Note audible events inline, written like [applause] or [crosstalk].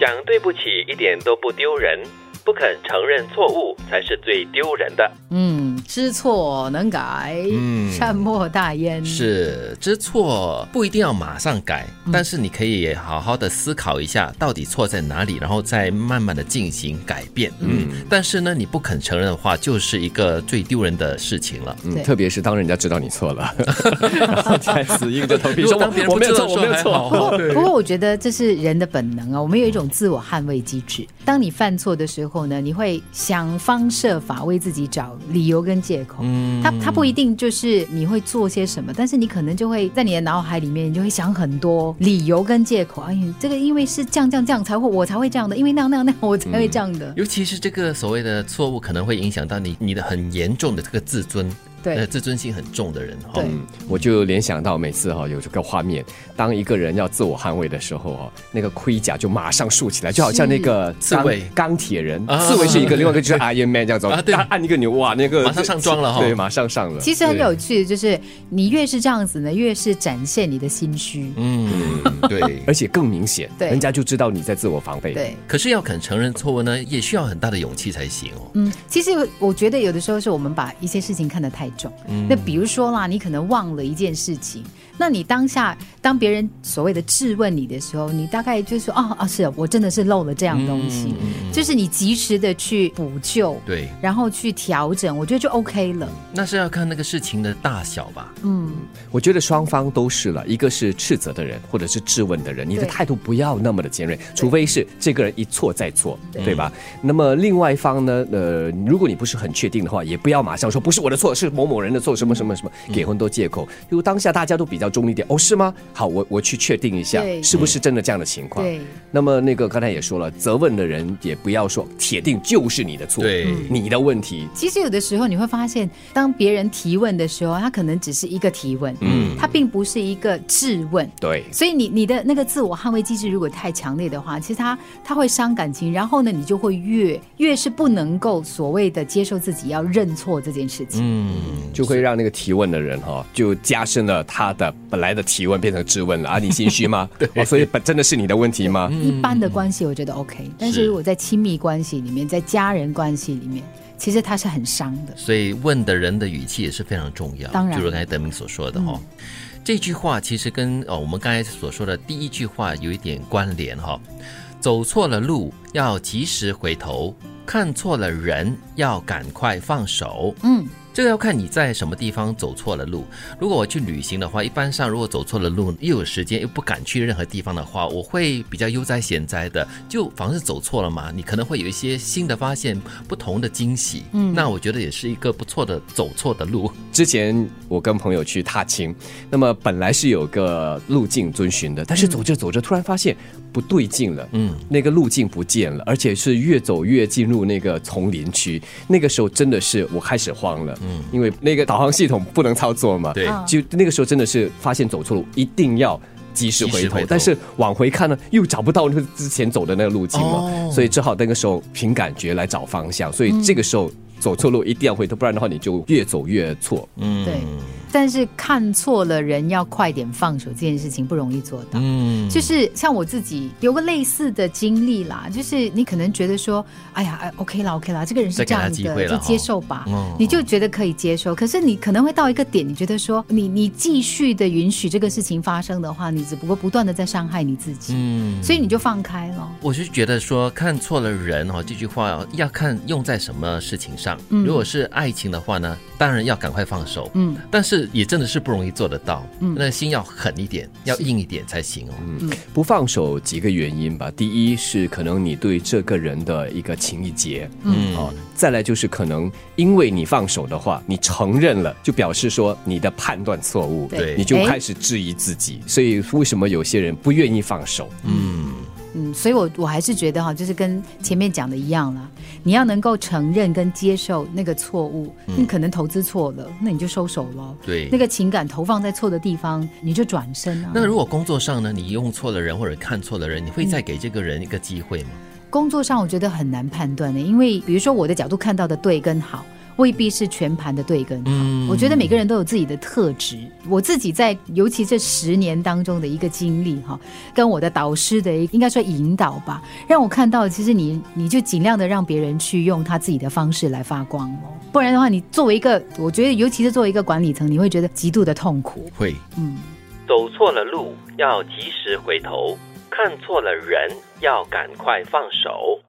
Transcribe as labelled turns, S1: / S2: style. S1: 讲对不起一点都不丢人，不肯承认错误才是最丢人的。
S2: 嗯，知错能改，
S3: 嗯
S2: 善莫大焉。，
S3: 是知错不一定要马上改，但是你可以好好的思考一下，到底错在哪里，然后再慢慢的进行改变。嗯，但是呢，你不肯承认的话，就是一个最丢人的事情了。
S2: 对
S4: 嗯，特别是当人家知道你
S3: [laughs]
S4: 错了，然后才死硬着头皮
S3: 如
S4: 说
S3: 果
S4: 我
S3: 当别人
S4: 我
S3: 不
S4: 没有
S3: 知道
S4: 错，
S3: 的时
S4: 我没有
S3: 候还好
S4: 错。
S3: [laughs] 哦，
S2: 不过我觉得这是人的本能啊，我们有一种自我捍卫机制。当你犯错的时候呢，你会想方设法为自己找理由跟借口。
S3: 嗯
S2: 它它不一定就是你会做些什么，但是你可能就会在你的脑海里面，你就会想很多理由跟借口。哎呀，这个因为是这样这样这样才会我才会这样的，因为那样那样那样我才会这样的。
S3: 尤其是这个所谓的错误，可能会影响到你你的很严重的这个自尊，呃，
S2: 对
S3: 自尊心很重的人哈。
S2: 对，
S4: 嗯我就联想到每次哈、有这个画面，当一个人要自我捍卫的时候哦，那个盔甲就马上竖起来，就好像那个
S3: 刺
S4: 钢
S3: 猬
S4: 钢铁人，
S3: 啊
S4: 刺猬是一个，另外一
S3: [laughs]
S4: 个就是 Iron Man 这样子哦
S3: 啊，对
S4: 按按一个钮，哇，那个
S3: 马上上妆了哈
S4: 对，马上上了。
S2: 其实很有趣的就是，你越是这样子呢，越是展现你的心虚。
S3: 嗯，
S4: [laughs]
S3: 对。
S4: 而且更明显，
S2: 对
S4: 人家就知道你在自我防备。，
S2: 对，
S3: 可是要肯承认错误呢，也需要很大的勇气才行哦。
S2: 嗯，其实我觉得有的时候是我们把一些事情看得太重。那比如说啦，你可能忘了一件事情，那你当下当别人所谓的质问你的时候，你大概就说哦啊，是我真的是漏了这样东西，就是你及时的去补救，
S3: 对，
S2: 然后去调整，我觉得就 OK 了。
S3: 那是要看那个事情的大小吧。
S4: 我觉得双方都是了，一个是斥责的人，或者是质问的人，你的
S2: 对
S4: 态度不要那么的尖锐，除非是这个人一错再错，
S2: 对
S4: 对吧？那么另外一方呢，呃，如果你不是很确定的话，也不要马上说不是我的错，是某某人的错，什么什么什么，
S2: 嗯
S4: 给很多借口。因为当下大家都比较中立一点，哦，是吗？好，我我去确定一下
S2: 对，
S4: 是不是真的这样的情况。
S2: 对，
S4: 那么那个刚才也说了，责问的人也不要说铁定就是你的错，
S3: 对
S4: 你的问题，
S2: 其实有的时候你会发现，当别人提问的时候，他可能只是一个提问，嗯，他并不是一个质问。
S4: 对。
S2: 所以你你的那个自我捍卫机制如果太强烈的话，其实它它会伤感情，然后呢，你就会越越是不能够所谓的接受自己要认错这件事情。
S3: 嗯，
S4: 就会让那个提问的人哈、就加深了他的本来的提问变成质问了啊！你心虚吗？ [laughs] 对、嗯哦，所以本真的是你的问题吗？
S2: 一般的关系我觉得 OK，但是如果在亲密关系里面，在家人关系里面，其实它是很伤的。
S3: 所以问的人的语气也是非常重要。
S2: 当然嗯
S3: 就如刚才德明所说的哈、哦，这句话其实跟呃我们刚才所说的第一句话有一点关联哈、走错了路要及时回头，看错了人要赶快放手。
S2: 嗯，
S3: 这个要看你在什么地方走错了路。如果我去旅行的话，一般上如果走错了路，又有时间又不敢去任何地方的话，我会比较悠哉闲哉的。就凡是走错了嘛，你可能会有一些新的发现，不同的惊喜。嗯，那我觉得也是一个不错的走错的路。
S4: 之前我跟朋友去踏青，那么本来是有个路径遵循的，但是走着走着突然发现不对劲了，嗯，那个路径不见了，而且是越走越进入那个丛林区。那个时候真的是我开始慌了，嗯，因为那个导航系统不能操作嘛，
S3: 对
S2: 嗯
S4: 就那个时候真的是发现走错路，一定要。及时
S3: 及
S4: 回
S3: 时
S4: 头
S3: 回头，
S4: 但是往回看呢，又找不到那个之前走的那个路径了，
S3: 哦
S4: 所以只好那个时候凭感觉来找方向。所以这个时候走错路一定要回头，不然的话你就越走越错。
S3: 嗯
S2: 对，但是看错了人要快点放手这件事情不容易做到。
S3: 嗯，
S2: 就是像我自己有个类似的经历啦，就是你可能觉得说，哎呀，哎，OK 啦，OK 啦，这个人是
S3: 再
S2: 这
S3: 给他
S2: 样
S3: 机会
S2: 的，
S3: 了
S2: 就
S3: 哈
S2: 接受吧，
S3: 嗯
S2: 你就觉得可以接受。可是你可能会到一个点，你觉得说，你你继续的允许这个事情发生的话，你只不过不断的在伤害你自己，
S3: 嗯
S2: 所以你就放开了。
S3: 我是觉得说看错了人哦，这句话要看用在什么事情上。如果是爱情的话呢，当然要赶快放手。
S2: 嗯，
S3: 但是也真的是不容易做得到。嗯，那心要狠一点，要硬一点才行哦。
S4: 不放手几个原因吧。第一是可能你对这个人的一个情意结，嗯啊，再来就是可能因为你放手的话，你承认了，就表示说你的判断错误，
S3: 对
S4: 你就
S2: 哎
S4: 开始质疑自己。所以为什么有些人不愿意放手？
S2: 嗯，所以我我还是觉得哈，就是跟前面讲的一样啦，你要能够承认跟接受那个错误，你可能投资错了，那你就收手咯。
S3: 嗯对
S2: 那个情感投放在错的地方，你就转身啊。
S3: 那如果工作上呢，你用错了人或者看错了人，你会再给这个人一个机会吗？
S2: 工作上我觉得很难判断的，因为比如说我的角度看到的对跟好，未必是全盘的对一个人好。我觉得每个人都有自己的特质。我自己在尤其这十年当中的一个经历哈，跟我的导师的一应该说引导吧，让我看到其实你你就尽量的让别人去用他自己的方式来发光哦，不然的话，你作为一个我觉得尤其是作为一个管理层，你会觉得极度的痛苦。
S3: 会
S2: 嗯，
S1: 走错了路要及时回头，看错了人要赶快放手。